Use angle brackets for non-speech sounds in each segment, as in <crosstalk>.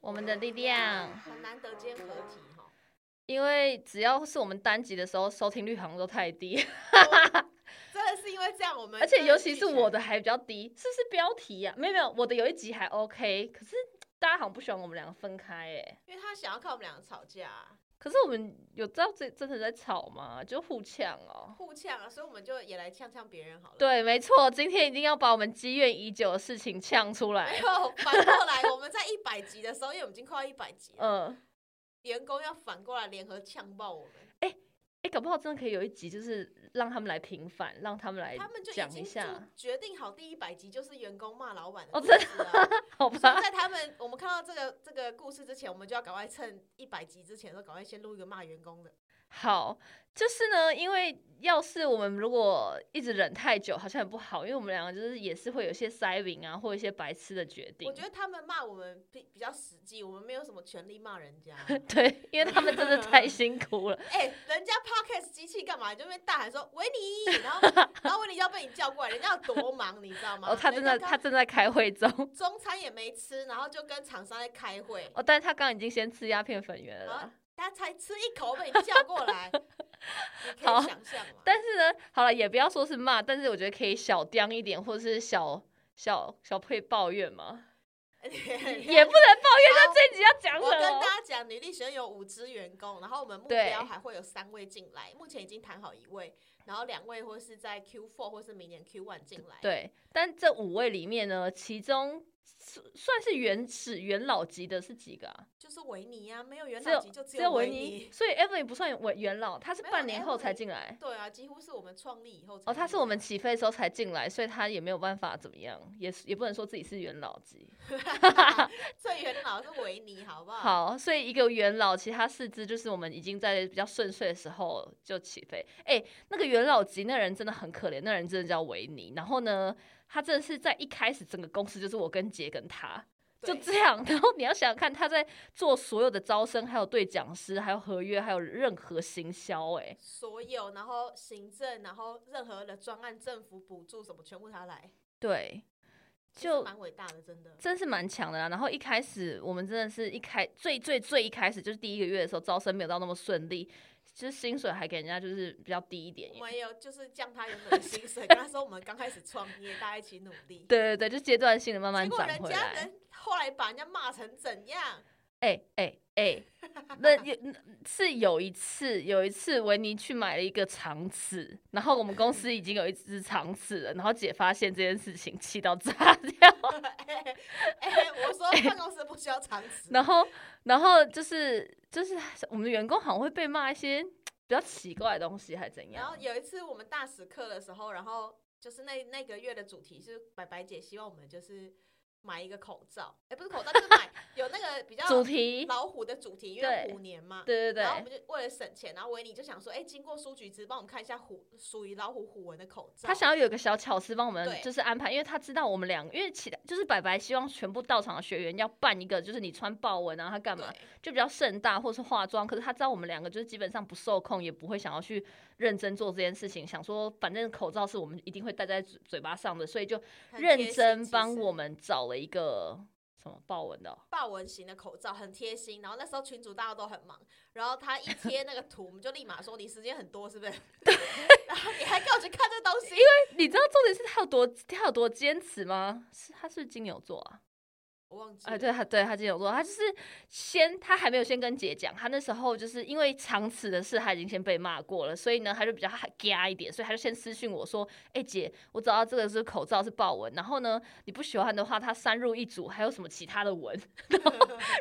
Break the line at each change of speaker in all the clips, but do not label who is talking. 我们的力量，
很难得今天合体哈。
因为只要是我们单集的时候，收听率好像都太低， <laughs>
真的是因为这样，我们
而且
真
尤其
去
是我的
选
还比较低，是不是标题呀、没有没有，我的有一集还 OK，可是大家好像不喜欢我们两个分开哎、
因为他想要看我们两个吵架啊、
可是我们有知道这真的在吵吗？就互呛哦。
互呛啊，所以我们就也来呛呛别人好了。，
对，没错，今天一定要把我们积怨已久的事情呛出
没
来。
有反过来，我们在一百集的时候，因为我们已经快要一百集了，
嗯，哎、
员工要反过来联合呛爆我们，
哎搞不好真的可以有一集，就是让他们来平反，让他们来
他们就已
哎讲
经
一下
就，决定好第一百集就是员工骂老板的
哦
故
真
事啊。
<laughs> 好
所以
吧？
在他们我们看到这个这个故事之前，我们就要赶快趁一百集之前，都赶快先录一个骂员工的。
好，就是呢，因为要是我们如果一直忍太久，好像很不好，因为我们两个就是也是会有一些塞饼啊，或一些白痴的决定
我。觉得他们骂我们比比较实际，我们没有什么权利骂人
<laughs>
家。
对，因为他们真的太辛
<laughs>
苦了。
哎、人家 podcast 机器干嘛？你就被大喊说维尼，然
<laughs>
后然后维尼就要被你叫过来，人家有多忙，你知道吗？
哦，他正在
人家
他
刚
正在开会中。
中餐也没吃，然后就跟厂商在开会，
哦，但是他刚刚已经先吃鸦片粉圆了
然后
啦。
他才吃一口被你叫过来，你可
<laughs> 好
以想象 <laughs> 吗？
但是呢，好了，也不要说是骂，但是我觉得可以小刁一点，或者是小小小配抱
<laughs>
怨嘛，也不能抱怨。那这一集要讲
我跟
什么
大？家讲，女力学院有五支员工，然后我们目
对
标还会有三位进来，目前已经谈好一位，然后两位或是在 Q four 或是明年 Q one 进来。，
对，但这五位里面呢，其中算算是原始元老级的是几个啊？
就是维尼啊，没有元
只
老级就
只有
维
维尼，。所以 Evelyn 不算元元老，他是
没有
半年后才
Evelyn
进来。
<laughs> 对啊，几乎是我们创立以后才
哦，他是我们
进
起飞的时候才进来，所以他也没有办法怎么样，也是也不能说自己是元老级。
来 <laughs> 最元老是维尼，好不好？，
好，所以一个元老，其他四只就是我们已经在比较顺遂的时候就起飞。哎、那个元老级那人真的很可怜，那人真的叫维尼。然后呢，他真的是在一开始整个公司就是我跟杰跟他。就
对
这样， <laughs> 然后你要想想看，他在做所有的招生，还有对讲师，还有合约，还有任何行销，哎，
所有，然后行政，然后任何的专案、政府补助什么，全部他来，
对，
其实
就
蛮伟大的，真的。
真是蛮强的啦。然后一开始我们真的是一开最最最一开始就是第一个月的时候招生没有到那么顺利，就是薪水还给人家就是比较低一点
我。们也有就是降他原本的薪水，跟他说我们刚开始创业，大家一起努力。
对对对，就阶段性的慢慢
结果
涨
人
回
家
来。
人后来把人家骂成怎样？ <laughs>
哎哎哎，那有那是有一次，有一次维尼去买了一个长尺，然后我们公司已经有一只长尺了，然后姐发现这件事情，气到炸掉。
哎、哎我
<laughs>
说办公室不需要长辞，
然后，然后就是就是我们的员工好像会被骂一些比较奇怪的东西，还怎
然后
样？
有一次我们大使课的时候，然后就是那那个月的主题是白白姐希望我们就是买一个口罩，哎、不是口罩，就是
<laughs>
买有那个比较
主题，
老虎的主题，因为
对
虎年嘛。
对对
然后我
对
们就为了省钱，然后维尼就想说，哎、经过书局只帮我们看一下虎属于老虎虎纹的口罩。
他想要有个小巧思帮我们
对
就是安排，因为他知道我们两个，因为其他就是白白希望全部到场的学员要办一个，就是你穿豹纹啊，他干嘛
对
就比较盛大，或是化妆。可是他知道我们两个就是基本上不受控，也不会想要去认真做这件事情，想说反正口罩是我们一定会戴在嘴嘴巴上的，所以就
很贴
认
心
真
其
帮
实
我们找了一个什么豹纹的哦、
豹纹型的口罩，很贴心。然后那时候群主大家都很忙，然后他一贴那个图，我们就立马说你时间很多是不是？ <laughs> 然后你还给我去看这东西，因为
你知道重点是他有多他有多坚持吗？是他是金牛座啊，
我忘记了
哎，对，他对他金牛座，他就是先他还没有先跟姐讲，他那时候就是因为长此的事，他已经先被骂过了，所以呢，他就比较还嘎一点，所以他就先私讯我说，哎、姐，我找到这个是口罩是豹纹，然后呢，你不喜欢的话，它三入一组，还有什么其他的纹， <laughs>
<laughs>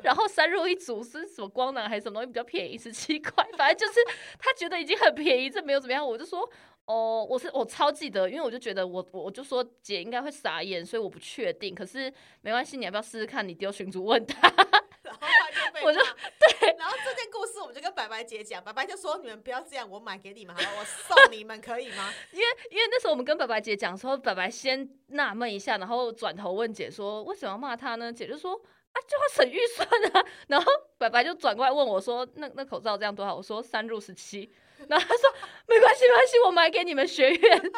然后三入一组是什么光囊还是什么东西比较便宜，十七块，反正就是 <laughs> 他觉得已经很便宜，这没有怎么样。我就说，哦，我是我超记得，因为我就觉得我我我就说姐应该会傻眼，所以我不确定。可是没关系，你要不要试试看？你丢群主问他，
然后他就被
我就
骂
对，
然后这件故事我们就跟白白姐讲，白白就说你们不要这样，我买给你们好了，我送你们可以吗？
<laughs>
<laughs>
因为因为那时候我们跟白白姐讲说，白白先纳闷一下，然后转头问姐说为什么要骂他呢？姐就说。啊，就要省预算啊！然后白白就转过来问我说：“那 <laughs> 那口罩这样多少？”我说：“三入十七。” <laughs> 然后他说：“没关系，没关系，我买给你们学院。”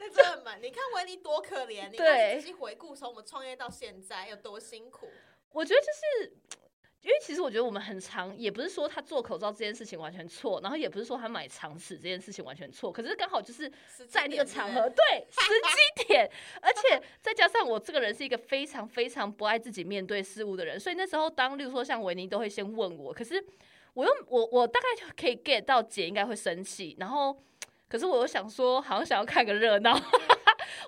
那真的蛮，你看维尼多可怜，你看
对
你仔细回顾从我们创业到现在有多辛苦，
<laughs> 我觉得就是。因为其实我觉得我们很常，也不是说他做口罩这件事情完全错，然后也不是说他买长尺这件事情完全错，可是刚好就是
时间
在那个
点
场
对
合，对时机点，而且再加上我这个人是一个非常非常不爱自己面对事物的人，所以那时候当，例如说像维尼都会先问我，可是我又我我大概就可以 get 到姐应该会生气，然后可是我又想说，好像想要看个热闹。 <laughs>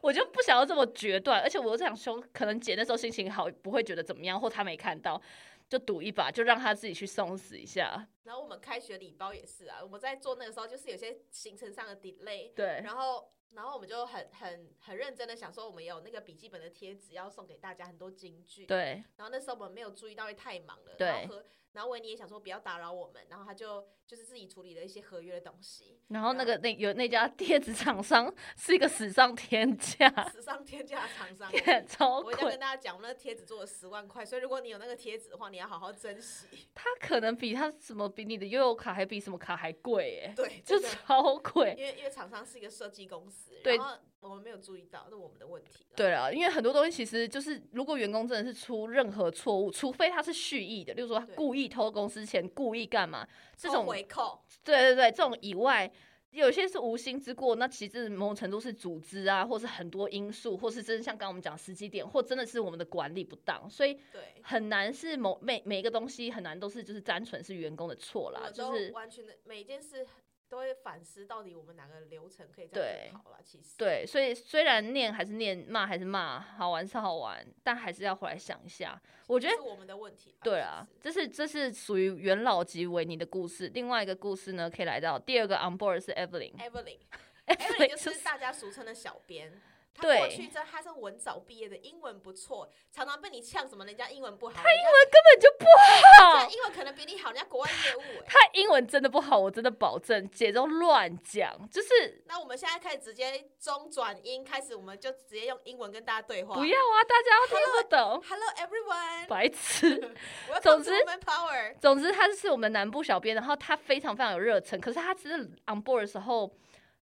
我就不想要这么决断，而且我又想说，可能姐那时候心情好，不会觉得怎么样，或她没看到，就赌一把，就让她自己去送死一下。
然后我们开学礼包也是啊，我们在做那个时候就是有些行程上的 delay，
对，
然后然后我们就很很很认真的想说，我们有那个笔记本的贴纸要送给大家很多金句，
对，
然后那时候我们没有注意到，因为太忙了，
对
然后和然后维尼也想说不要打扰我们，然后他就就是自己处理了一些合约的东西，
然后那个那有那家贴纸厂商是一个史上天价，
<laughs> 时尚天价的厂商。啊
天超
我一定要
贵
跟，大家讲，我们那个贴纸做了十万块，所以如果你有那个贴纸的话，你要好好珍惜。 <laughs>
它可能比它什么比你的悠游卡还比什么卡还贵哎、
对，
就
真的，
<laughs> 超贵。
因为因为厂商是一个设计公司，
对
然后我们没有注意到，那我们的问题。，
对了，因为很多东西其实就是，如果员工真的是出任何错误，除非他是蓄意的，例如说他
对
故意偷公司钱、故意干嘛，这种
回扣，
对对对，这种以外，有些是无心之过，那其实某种程度是组织啊，或是很多因素，或是真的像刚刚我们讲的时机点，或真的是我们的管理不当，所以
对，
很难是某每每一个东西很难都是就是单纯是员工的错啦，
我
就
都
是
完全的每一件事都会反思，到底我们哪个流程可以
对
再更好了。其实，
对，所以虽然念还是念，骂还是骂，好玩是好玩，但还是要回来想一下。我觉得
是我们的问题吧。
对
啊
啊，，这是这是属于元老级维尼的故事。另外一个故事呢，可以来到第二个 on board 是 Evelyn，
Evelyn，Evelyn
<laughs>
就
就是
大家俗称的小编。他
对
过去这他是文藻毕业的，英文不错，常常被你呛什么人家英文不好，他英文
根本就不好，
英文可能比你好，人家国外业务哎、
他英文真的不好，我真的保证，姐都乱讲，就是
那我们现在开始直接中转英，开始我们就直接用英文跟大家对话。
不要啊，大家要听不懂，
Hello everyone，
白痴。
我要
总
come to
之
woman power。
总之，他是我们南部小编，然后他非常非常有热忱，可是他只是 on board 的时候，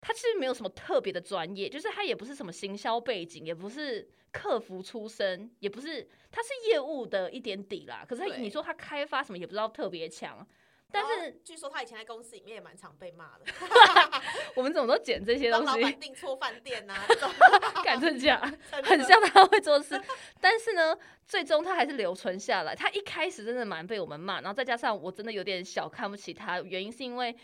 他其实没有什么特别的专业，就是他也不是什么行销背景，也不是客服出身，也不是，他是业务的一点底啦。可是他
对
你说他开发什么也不知道特别强，但
然
是
后据说他以前在公司里面也蛮常被骂的，
我们怎么都捡这些
帮
东
老
<laughs> 西
板，订错饭店呐、啊，这种 <laughs>
敢真假？
真的
很像他会做事，但是呢，最终他还是留存下来。他一开始真的蛮被我们骂，然后再加上我真的有点小看不起他，原因是因为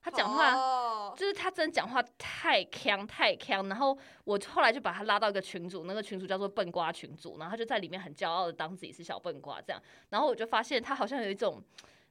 他讲话。
哦
就是他真的讲话太呛太呛，然后我后来就把他拉到一个群组，那个群组叫做笨瓜群组，然后他就在里面很骄傲的当自己是小笨瓜这样，然后我就发现他好像有一种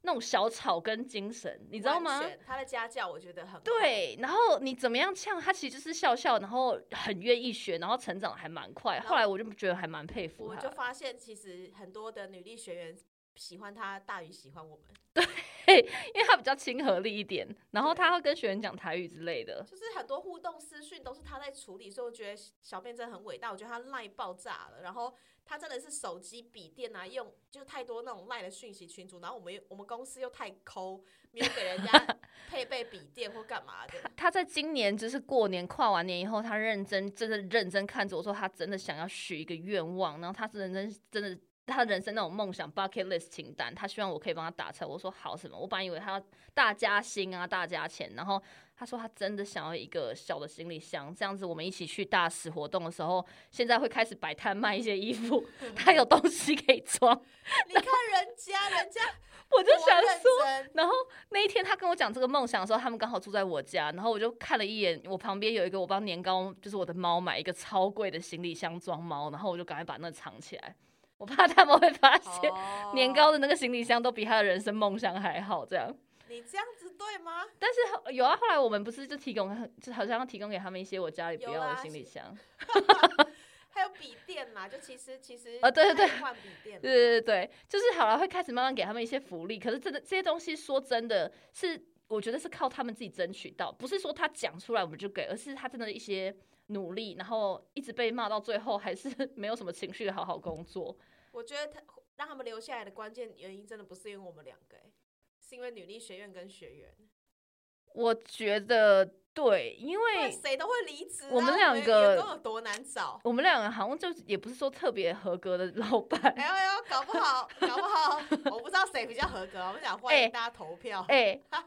那种小草根精神，你知道吗？
完全他的家教我觉得很好，
对，然后你怎么样呛他，其实就是笑笑，然后很愿意学，然后成长还蛮快。
然后
后来我就觉得还蛮佩服
我
他
就
的，
发现其实很多的女力学员喜欢他大于喜欢我们，
因为他比较亲和力一点，然后
对
他会跟学员讲台语之类的。
就是很多互动私讯都是他在处理，所以我觉得小便真的很伟大。我觉得他赖爆炸了，然后他真的是手机、笔电啊，用就太多那种赖的讯息群组，然后我们又我们公司又太抠，没有给人
<laughs>
家配备笔电或干嘛的。
他在今年就是过年跨完年以后，他认真真的认真看着我说，他真的想要许一个愿望，然后他是认真真的。他人生那种梦想 bucket list 清单，他希望我可以帮他达成。我说好什么？我本来以为他要大加薪啊，大加钱，然后他说他真的想要一个小的行李箱，这样子我们一起去大使活动的时候，现在会开始摆摊卖一些衣服， <laughs> 他有东西可以装。
你看人家，人家
<laughs> 我就
多
想
认
说，
真，
然后那一天他跟我讲这个梦想的时候，他们刚好住在我家，然后我就看了一眼，我旁边有一个我帮年糕，就是我的猫买一个超贵的行李箱装猫，然后我就赶快把那藏起来，我怕他们会发现
哦
年糕的那个行李箱都比他的人生梦想还好这样。
你这样子对吗？
但是后有啊，后来我们不是就提供，就好像要提供给他们一些我家里不
有
要的
啊
行李
是
箱。
还有笔电啦，就其实其实
啊对对对
太换笔电了，
对对对，就是好了，会开始慢慢给他们一些福利。可是真的这些东西，说真的是，我觉得是靠他们自己争取到，不是说他讲出来我们就给，而是他真的一些努力，然后一直被骂到最后，还是 <laughs> 没有什么情绪，好好工作。
我觉得他让他们留下来的关键原因，真的不是因为我们两个、欸，是因为女力学院跟学员。
我觉得对，因
不然
为
谁都会离职啊、
我们两
员
个
工有多难
<laughs>
找？
我们两个好像就也不是说特别合格的 <laughs> 老板。
哎呦哎呦，搞不好，搞不好，我不知道谁比较合格。我们想欢
哎
迎大家投票。哎、
哎、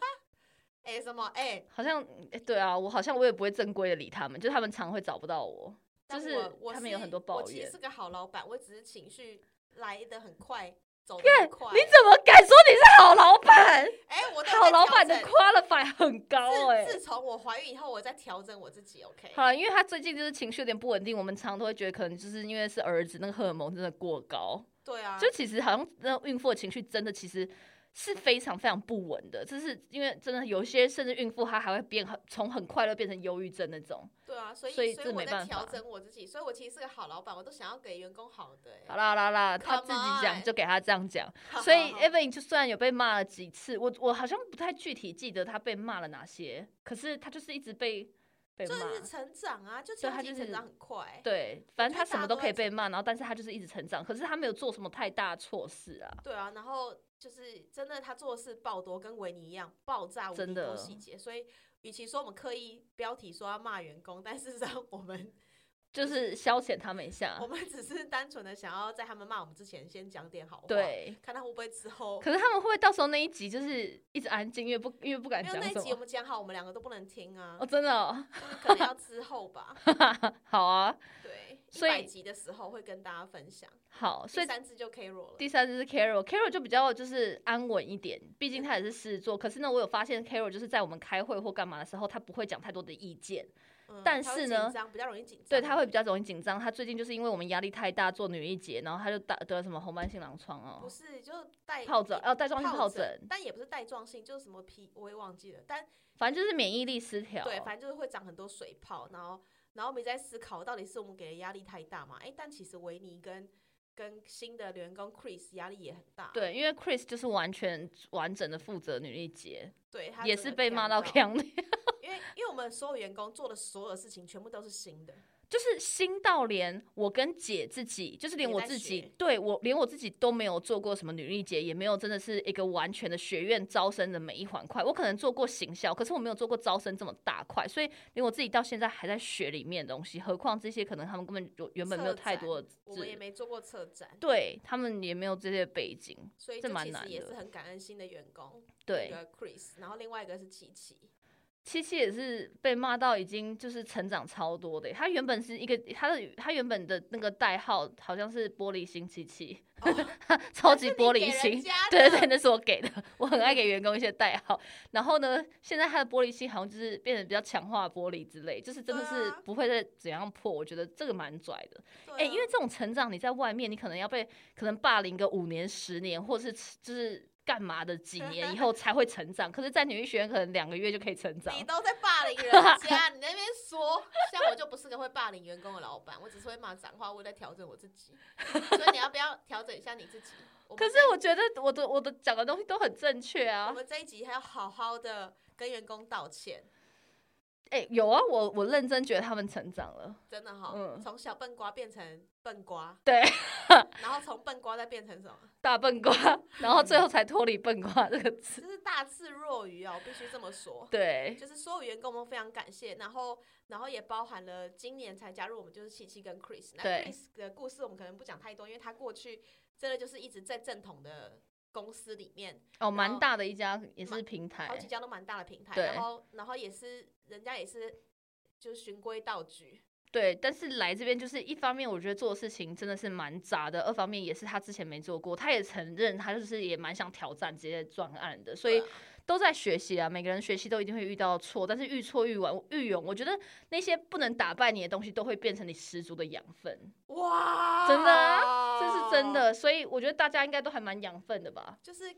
什么？哎、
好像、哎对啊，我好像我也不会正规的理他们，就他们常会找不到我，就
但
是
我我
他们
是
有很多
我
抱
其
怨
实。是个好老板，我只是情绪来的很快，走的
干
很快。
你怎么敢说你是好老板？
哎、我都有
好
在
老
调
板的
整
qualify 很高哎、
自自从我怀孕以后，我在调整我自己。OK，
好了，因为他最近就是情绪有点不稳定，我们常都会觉得可能就是因为是儿子，那个荷尔蒙真的过高。
对啊，
就其实好像那孕妇的情绪真的其实是非常非常不稳的，就是因为真的有些甚至孕妇她还会变很从很快乐变成忧郁症那种。
对啊，所以所
所以这
我
没
在
办
调
法
整我自己，所以我其实是个好老板，我都想要给员工好的、欸。 <laughs>
好啦好啦好啦，她自
Come
己讲
on
就给她这样讲。
好
所以
好
Evan 就虽然有被骂了几次，我我好像不太具体记得她被骂了哪些，可是她就是一直被被
就
骂。
是成长啊，就
对
前
他
期
就是
成长很快。
对，反
我觉
正她
得
什
大
么
家
都
都
可以
在
被骂，然后但是她就是一直成长，可是她没有做什么太大错事啊。
对啊，然后就是真的，他做事爆多，跟维尼一样爆炸无
真
敌多
的
细节。所以，与其说我们刻意标题说要骂员工，但事 <laughs> 实上我们、
就是消遣他们一下
我。们只是单纯的想要在他们骂我们之前先讲点好话，，
对，
看他会不会之后。
可是他们会不会到时候那一集就是一直安静，因为不因为不敢
因
讲
为那一
什
集我
么？
们讲好，我们两个都不能听啊
<laughs> 哦，，真的、哦，
就是可能要之后
<laughs>
吧。
好啊，
对，一
所以
百集的时候会跟大家分享。
好，
第
所以
三次就 K 弱了。
第三只是 Carol，Carol 就比较就是安稳一点，毕
嗯
竟他也是狮子座。可是呢，我有发现 Carol 就是在我们开会或干嘛的时候，他不会讲太多的意见，
嗯
但
他会
是呢
紧张比较容易紧张。
对他会比较容易紧张。他最近就是因为我们压力太大，做女一节，然后他就得得了什么红斑性狼疮
不
哦，
是就是带
疱疹，哦，带状性疱
疱
疹，
但也不是带状性，就是什么皮我也忘记了，但
反正就是免疫力失调。
对，反正就是会长很多水泡，然后然后我们在思考到底是我们给的压力太大嘛？哎，但其实维尼跟跟新的员工 Chris 压力也很大，
对，因为 Chris 就是完全完整的负责女力节，
对，他
也
真
是
的
被骂到
呛
强烈。
因为因为我们所有员工做的所有事情全部都是新的，
就是新到连我跟姐自己，就是连
也
我
在
自己
学，
对我连我自己都没有做过什么女力节，也没有真的是一个完全的学院招生的每一环块。我可能做过行销，可是我没有做过招生这么大块，所以连我自己到现在还在学里面的东西，何况这些可能他们根本就原本没有
策
太
展
多的
我们也
知，
没做过策展，
对他们也没有这些背景，
所以
这
就
蛮
其
难
实也
的
是很感恩新的员工，一
对。
个 Chris，然后另外一个是琪琪，
<laughs> 七七也是被骂到已经就是成长超多的耶，他原本是一个他的他原本的那个代号好像是玻璃心七七， <laughs>
哦
超级
是你
玻
给
璃
人
心，
家
对
的
对对，那是我给的，我很爱给员工一些代号。然后呢，现在他的玻璃心好像就是变得比较强化玻璃之类，就是真的
对
是
啊
不会再怎样破，我觉得这个蛮拽的。
对
哎、
啊
因为这种成长，你在外面，你可能要被可能霸凌个五年、十年，或是就是干嘛的几年以后才会成长。可是，在女医学院可能两个月就可以成长。
你都在霸凌人家，你在那边说，像我就不是个会霸凌员工的老板，我只是会骂脏话，我在调整我自
<laughs>
己。所以你要不要调整一下你自己？我们
可是我觉得我的我的讲的东西都很正确
我
啊。
们这一集还要好好的跟员工道歉，
哎、有啊，我我认真觉得他们成长了。
真的哈、
嗯
从小笨瓜变成笨瓜，
对，
然后从笨瓜再变成什么？
大笨 <laughs> 瓜，然后最后才脱离笨瓜这个词。
就是大智若愚啊，我必须这么说。
对，
就是所有员工我们非常感谢，然后然后也包含了今年才加入我们就是七七跟 Chris。那
对
Chris 的故事我们可能不讲太多，因为他过去真的就是一直在正统的公司里面，
哦，蛮
后
大的一家也是
蛮
平
好
台
几，家都蛮大的平台，
对
然后然后也是人家也是就是循规蹈矩，
对。但是来这边就是一方面，我觉得做的事情真的是蛮杂的；二方面也是他之前没做过，他也承认他就是也蛮想挑战这些专案的，所以
对啊
都在学习啊。每个人学习都一定会遇到错，但是愈挫愈勇，愈勇。我觉得那些不能打败你的东西，都会变成你十足的养分，
哇，
真的啊这是真，的。所以我觉得大家应该都还蛮养分的吧。
就是。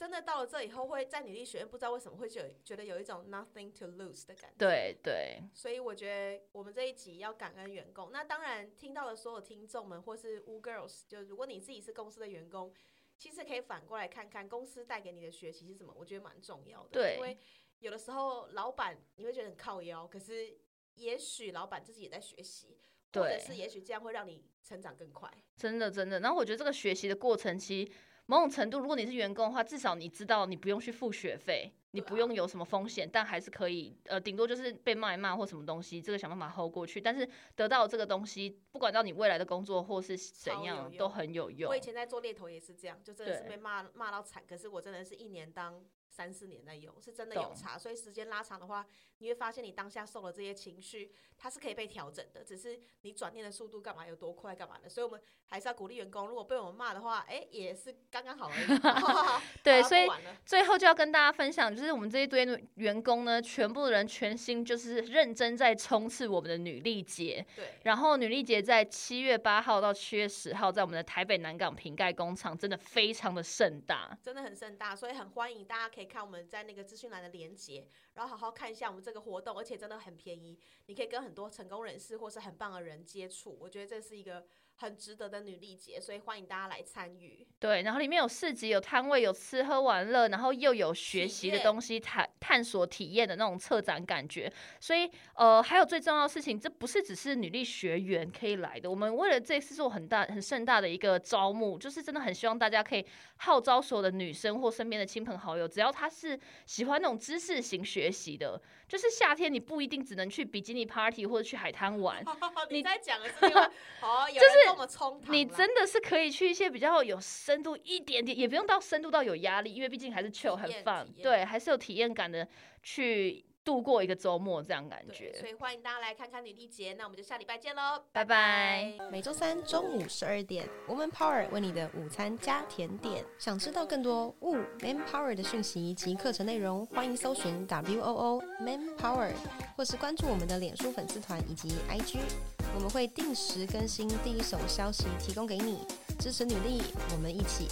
真的到了这以后，会在女力学院不知道为什么会觉得觉得有一种 nothing to lose 的感觉。
对对，
所以我觉得我们这一集要感恩员工。那当然，听到的所有听众们或是 Wu Girls，就如果你自己是公司的员工，其实可以反过来看看公司带给你的学习是什么，我觉得蛮重要的。
对
因为有的时候老板你会觉得很靠腰，可是也许老板自己也在学习，或
对
者是也许这样会让你成长更快。
真的真的。然后我觉得这个学习的过程，其实某种程度，如果你是员工的话，至少你知道你不用去付学费，你
对啊
不用有什么风险，但还是可以，呃，顶多就是被骂一骂或什么东西，这个想办法 hold 过去。但是得到这个东西，不管到你未来的工作或是
超
怎
有
样，
用
都很有用
我以。前在做猎头也是这样，就真的是
对
被骂骂到惨。可是我真的是一年当三四年在用，是真的有
懂
差。所以时间拉长的话，你会发现你当下受了这些情绪，它是可以被调整的，只是你转念的速度干嘛有多快干嘛的。所以我们还是要鼓励员工，如果被我们骂的话，哎、也是刚刚好而
<laughs>
已。哦
对，
好啦
所以
不玩了
最后就要跟大家分享，就是我们这一堆员工呢，全部人全心就是认真在冲刺我们的女力节。
对，
然后女力节在七月八号到七月十号，在我们的台北南港瓶盖工厂，真的非常的盛大。
真的很盛大，所以很欢迎大家可以看我们在那个资讯栏的连接，然后好好看一下我们这个活动，而且真的很便宜，你可以跟很多成功人士或是很棒的人接触，我觉得这是一个很值得的女力节，所以欢迎大家来参与。
对，然后里面有市集、有摊位、有吃喝玩乐，然后又有学习的
体验
东西，探探索体验的那种策展感觉。所以，呃，还有最重要的事情，这不是只是女力学员可以来的。我们为了这次做很大、很盛大的一个招募，就是真的很希望大家可以号召所有的女生或身边的亲朋好友，只要她是喜欢那种知识型学习的，就是夏天你不一定只能去比基尼 party 或者去海滩玩，
你
<laughs> 你
在讲的是另外哦，有人跟我们冲堂啦
你真的是可以去一些比较有深度一点点，也不用到深度到有压力，因为毕竟还是 chill 很
验
放
体，验
对，还是有体验感的去度过一个周末这样感
对，所
觉。
以欢迎大家来看看女力节，那我们就下礼拜见喽，
拜拜。
每周三中午十二点，Woman Power 为你的午餐加甜点。想知道更多 Wo Man Power 的讯息及课程内容，欢迎搜寻 W O O Man Power，或是关注我们的脸书粉丝团以及 IG，我们会定时更新第一手消息，提供给你支持女力，我们一起